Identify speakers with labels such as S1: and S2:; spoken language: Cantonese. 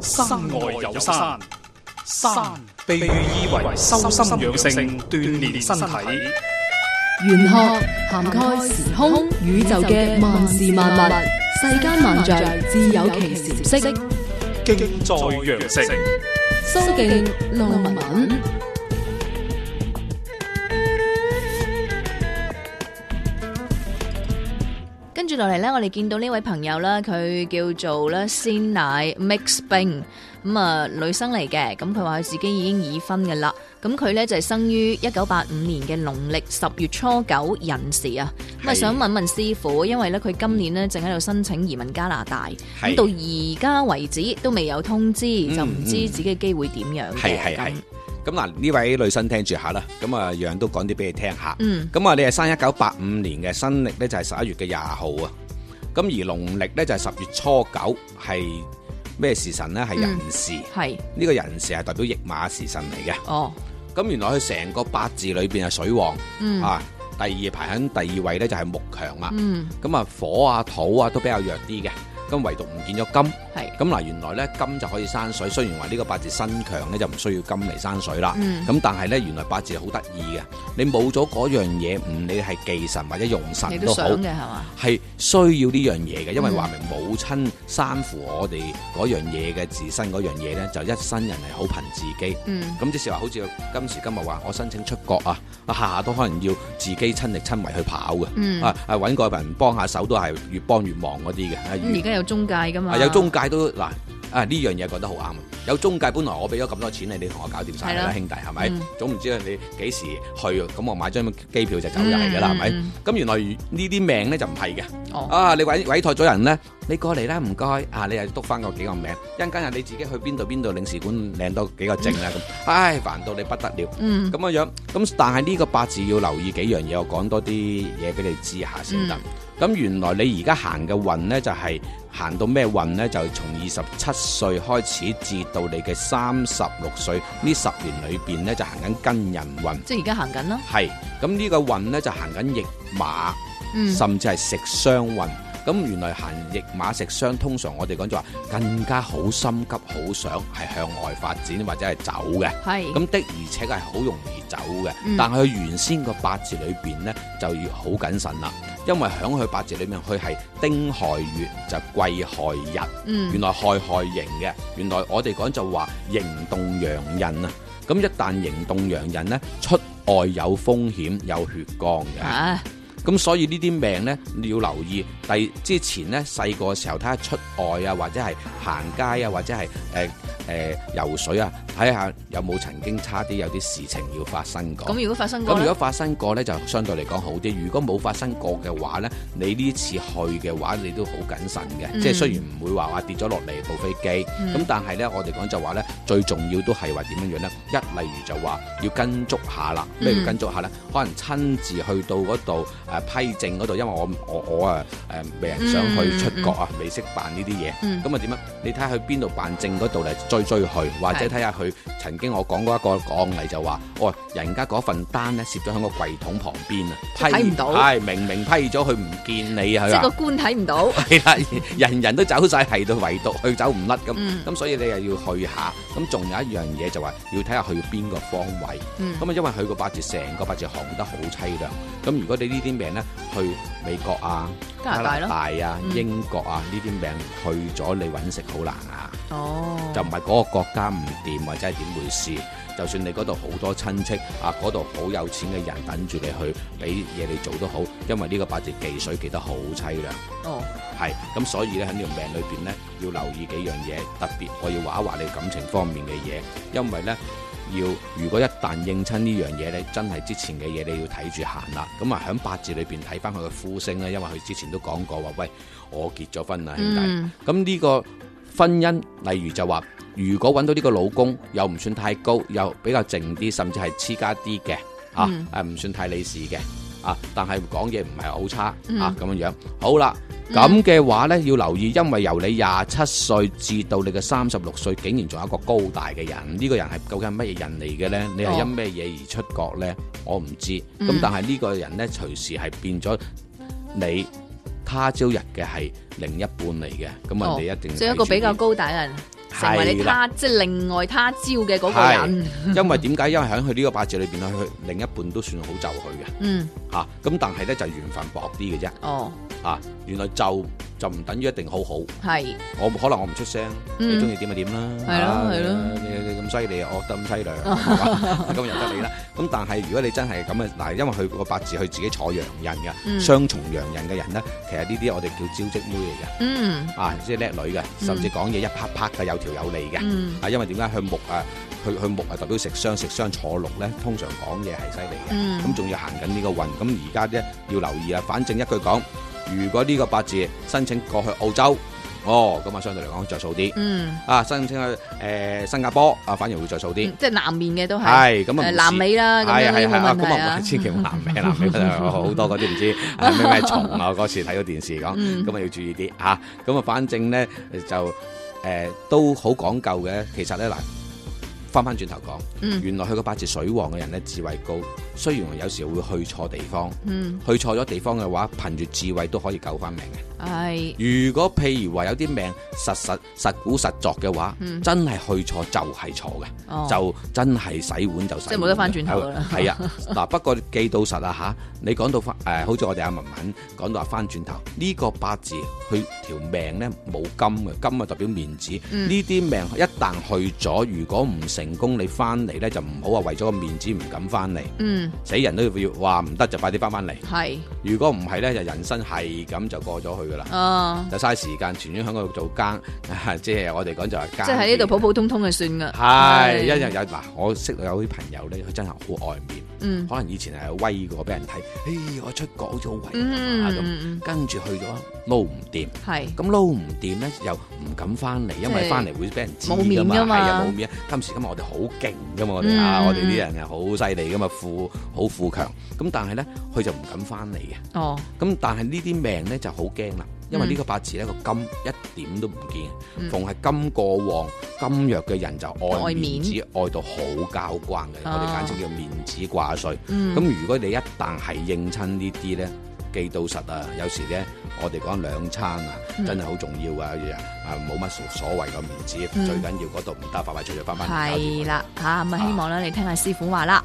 S1: 山外有山，山被喻意為修心養性、鍛煉身體。
S2: 玄學涵蓋時空宇宙嘅萬事萬物，世間萬象自有其時色。
S1: 敬在羊城，
S2: 蘇敬路文。
S3: 跟住落嚟呢，我哋見到呢位朋友啦，佢叫做咧鮮奶 Mix 冰，咁啊女生嚟嘅，咁佢話佢自己已經已婚嘅啦，咁佢呢就係生於一九八五年嘅農曆十月初九人時啊，咁啊
S4: 係
S3: 想問問師傅，因為呢，佢今年呢正喺度申請移民加拿大，咁
S4: 係
S3: 到而家為止都未有通知，就唔知
S4: 嗯
S3: 自己嘅機會點樣嘅
S4: 係
S3: 咁
S4: 係係。咁嗱，呢位女生聽住下啦，咁啊樣都講啲俾你聽下。
S3: 嗯
S4: 咁啊，你係生一九八五年嘅，新歷咧就係十一月嘅廿號啊。咁而農曆咧就係十月初九，係咩時辰咧？
S3: 嗯
S4: 係人時，呢、
S3: 係
S4: 個人時係代表驛馬時辰嚟嘅。
S3: 哦，
S4: 咁原來佢成個八字裏邊係水旺、
S3: 嗯
S4: 啊，第二排喺第二位咧就係木強啦。
S3: 嗯
S4: 咁啊、火啊土啊都比較弱啲嘅，咁唯獨唔見咗金。
S3: 係
S4: 咁嗱，原來咧金就可以生水，雖然話呢個八字身強咧就唔需要金嚟生水啦。
S3: 嗯
S4: 咁、但係咧，原來八字好得意嘅，你冇咗嗰樣嘢，唔理係忌神或者用神
S3: 你都
S4: 都
S3: 想
S4: 好，
S3: 嘅係嘛？
S4: 係需要呢樣嘢嘅，因為
S3: 嗯
S4: 話明母親生扶我哋嗰樣嘢嘅自身嗰樣嘢咧，就一生人係好憑自己。
S3: 嗯
S4: 咁即是話，好似今時今日話我申請出國啊，啊下下都可能要自己親力親為去跑嘅，
S3: 嗯，
S4: 啊啊揾個人幫下手都係越幫越忙嗰啲嘅，啊越
S3: 咁而家有中介噶嘛？
S4: 啊，有中介都嗱啊呢樣嘢講得好啱啊！有中介，本來我俾咗咁多錢你，你同我搞掂晒
S3: 係啦
S4: 啦，兄弟係咪
S3: 嗯？
S4: 總唔知你幾時去，咁我買張機票就走又係㗎啦，
S3: 嗯
S4: 係咪
S3: 嗯？
S4: 咁原來呢啲命咧就唔係嘅。
S3: 哦，
S4: 啊，你委委託咗人咧，你過嚟啦，唔該啊，你又督翻個幾個名，一陣間啊又你自己去邊度邊度領事館領多幾個證啦咁，唉，煩到你不得了。
S3: 嗯
S4: 咁樣樣，咁但係呢個八字要留意幾樣嘢，我講多啲嘢俾你知下先得。咁、原來你而家行嘅運呢，就係、行到咩運呢？就係從二十七歲開始至到你嘅三十六歲呢十年裏邊呢，就行緊庚寅運，
S3: 即係而家行緊啦。
S4: 係咁呢個運呢，就行緊驛馬，
S3: 嗯
S4: 甚至係食傷運。咁原來行驛馬食傷，通常我哋講就話更加好心急，好想係向外發展或者係走嘅。
S3: 係
S4: 咁的而且確係好容易走嘅，
S3: 嗯
S4: 但係佢原先個八字裏邊呢，就要好謹慎啦，因為響佢八字裏面佢係丁亥月就癸亥日，
S3: 嗯
S4: 原來亥亥刑嘅，原來我哋講就話刑動陽刃啊，咁一旦刑動陽刃呢，出外有風險有血光嘅。
S3: 啊
S4: 咁所以呢啲命呢，你要留意。第之前呢，細個嘅時候睇下出外啊，或者係行街啊，或者係誒誒游水啊，睇下有冇曾經差啲有啲事情要發生過。
S3: 咁如果發生過
S4: 哦咁如
S3: 咧
S4: 果，發生過呢，就相對嚟講好啲；如果冇發生過嘅話呢，你呢次去嘅話，你都好謹慎嘅。
S3: 嗯
S4: 即係雖然唔會話話跌咗落嚟部飛機，咁、
S3: 嗯
S4: 但係呢，我哋講就話呢，最重要都係話點樣樣呢？一例如就話要跟足下啦，咩
S3: 嗯
S4: 叫跟足下呢？可能親自去到嗰度誒批證嗰度，因為我我我啊誒未人想去出國啊，未識辦呢啲嘢。
S3: 嗯
S4: 咁啊點啊？你睇下去邊度辦證嗰度嚟追追去，或者
S3: 係
S4: 睇下佢曾經我講過一個案例就話，哦，人家嗰份單咧攝咗喺個櫃桶旁邊啊，批
S3: 睇唔到
S4: 係明明批咗佢唔見你啊，
S3: 即係
S4: 佢
S3: 個
S4: 話
S3: 官睇唔到。
S4: 係啦， 人人都走晒係度，唯獨佢走唔甩咁，咁、
S3: 嗯
S4: 所以你又要去下，咁仲有一樣嘢就話要睇下去邊個方位。
S3: 嗯
S4: 咁啊，因為佢個八字成個八字行得好凄涼。咁如果你呢啲命呢，去美國啊、
S3: 加拿大咯
S4: 啊、
S3: 嗯
S4: 英國啊呢啲命去咗，你揾食好難啊！
S3: 哦，
S4: 就唔係嗰個國家唔掂或者係點回事。就算你嗰度好多親戚啊，嗰度好有錢嘅人等住你去俾嘢你做都好，因為呢個八字忌水忌得好凄涼。
S3: 哦，
S4: 係咁，所以咧喺呢條命裏邊咧，要留意幾樣嘢，特別我要話一話你感情方面嘅嘢，因為咧要如果一旦應親呢樣嘢咧，真係之前嘅嘢你要睇住行啦。咁啊喺八字裏邊睇翻佢嘅呼聲咧，因為佢之前都講過話，喂，我結咗婚啦，兄弟。
S3: 嗯
S4: 咁呢個婚姻，例如就話，如果揾到呢個老公又唔算太高，又比較靜啲，甚至係黐家啲嘅，啊，誒
S3: 嗯
S4: 唔、算太理事嘅，啊，但係講嘢唔係好差，
S3: 嗯
S4: 啊咁樣樣。好啦，咁嘅話呢，要留意，因為由你廿七歲至到你嘅三十六歲，竟然仲有一個高大嘅人，呢、個人係究竟係乜嘢人嚟嘅呢？你係
S3: 哦
S4: 因咩嘢而出國呢？我唔知。咁、
S3: 嗯
S4: 但係呢個人呢，隨時係變咗你。他朝日嘅係另一半嚟嘅，咁
S3: 哦
S4: 啊，你一定
S3: 即係一個比較
S4: 睇住
S3: 高大嘅人，成為你
S4: 係啦
S3: 他即係另外他招嘅嗰個人。
S4: 因為點解？因為喺佢呢個八字裏邊咧，佢另一半都算好就佢嘅
S3: 嗯，
S4: 嚇。啊咁、但係咧就係緣分薄啲嘅啫
S3: 哦，
S4: 啊。原來就就唔等於一定好好。
S3: 係，
S4: 我可能我唔出聲，
S3: 嗯
S4: 你中意點就點啦。
S3: 係咯
S4: 啊
S3: 係咯
S4: 你你咁犀利，啊我得咁犀利，係嘛 咁由得你啦。咁但係如果你真係咁嘅，嗱，因為佢個八字佢自己坐陽印嘅，
S3: 嗯
S4: 雙重陽印嘅人咧，其實呢啲我哋叫招積妹嚟
S3: 嗯，
S4: 嘅，啊，即係叻女嘅，甚至講嘢一啪啪嘅，有條有理嘅。
S3: 嗯，
S4: 啊，因為點解佢木啊，佢佢木啊代表食傷，食傷坐龍咧，通常講嘢係犀利嘅。
S3: 嗯，
S4: 咁仲要行緊呢個運，咁而家咧要留意啊！反正一句講，如果呢個八字申請過去澳洲，哦，咁啊相對嚟講着數啲。
S3: 嗯，
S4: 啊，申請去誒、呃新加坡啊，反而會着數啲
S3: 嗯。即係南面嘅都係，
S4: 係咁啊，
S3: 誒南美啦，咁樣呢冇
S4: 係啊，
S3: 問
S4: 咁
S3: 題
S4: 啊
S3: 啊
S4: 唔係，千祈唔好南美，南美 嗰度好多嗰啲唔知啊咩咩蟲啊，嗰次睇到電視講。
S3: 嗯
S4: 咁啊要注意啲嚇。咁啊，反正咧就誒、呃都好講究嘅。其實咧嗱，翻翻轉頭講，
S3: 嗯
S4: 原來佢個八字水旺嘅人咧智慧高，雖然有時會去錯地方，
S3: 嗯，
S4: 去錯咗地方嘅話，憑住智慧都可以救翻命嘅。
S3: 係，
S4: 如果譬如話有啲命實實實古實作嘅話，
S3: 嗯
S4: 真係去錯就係錯嘅。
S3: 哦，
S4: 就真係洗碗就洗碗嘅，
S3: 即係冇得返轉頭㗎啦
S4: 係啊， 嗱，不過記到實啊吓，你講到翻誒、好似我哋阿文文講到話翻轉頭，呢、個八字佢條命咧冇金嘅，金啊代表面子。呢
S3: 嗯
S4: 啲、命一旦去咗，如果唔成功，你翻嚟咧就唔好話為咗個面子唔敢翻嚟，
S3: 嗯，
S4: 死人都要話唔得就快啲翻翻嚟。
S3: 係，
S4: 如果唔係咧，就人生係咁就過咗去噶啦。
S3: 啊，
S4: 就嘥時間，全喺嗰度做耕， 即係我哋講就係耕。
S3: 即係喺呢度普普通通就算㗎，
S4: 係，一樣有嗱，我識到有啲朋友咧，佢真係好外面，
S3: 嗯，
S4: 可能以前係威過俾人睇，誒我出國好似好威
S3: 嗯，
S4: 啊咁，
S3: 嗯，嗯
S4: 跟住去咗撈唔掂，
S3: 係，
S4: 咁撈唔掂咧又唔敢翻嚟，因
S3: 即
S4: 為
S3: 係
S4: 翻嚟會俾人知
S3: 冇面
S4: 嘛，
S3: 㗎嘛
S4: 係啊冇面啊！今時今日我哋好勁噶嘛，我哋啊，
S3: 嗯
S4: 我哋啲人係好犀利噶嘛，富好富強，咁但係咧佢就唔敢翻嚟嘅，
S3: 哦，
S4: 咁但係呢啲命咧就好驚啦，因為呢個八字咧個金一點都唔見。
S3: 嗯
S4: 逢係金過旺、金弱嘅人就愛
S3: 愛
S4: 面
S3: 面
S4: 子，愛到好交關嘅，我哋
S3: 哦
S4: 簡稱叫面子掛帥。咁、
S3: 嗯，
S4: 如果你一旦係應親呢啲咧，記到實啊！有時咧，我哋講兩餐啊，
S3: 嗯
S4: 真係好重要啊！啊，冇乜所所謂嘅面子，
S3: 嗯
S4: 最緊要嗰度唔得，快快脆脆翻翻嚟搞掂佢
S3: 係啦，吓咁啊，希望咧你聽下師傅話啦。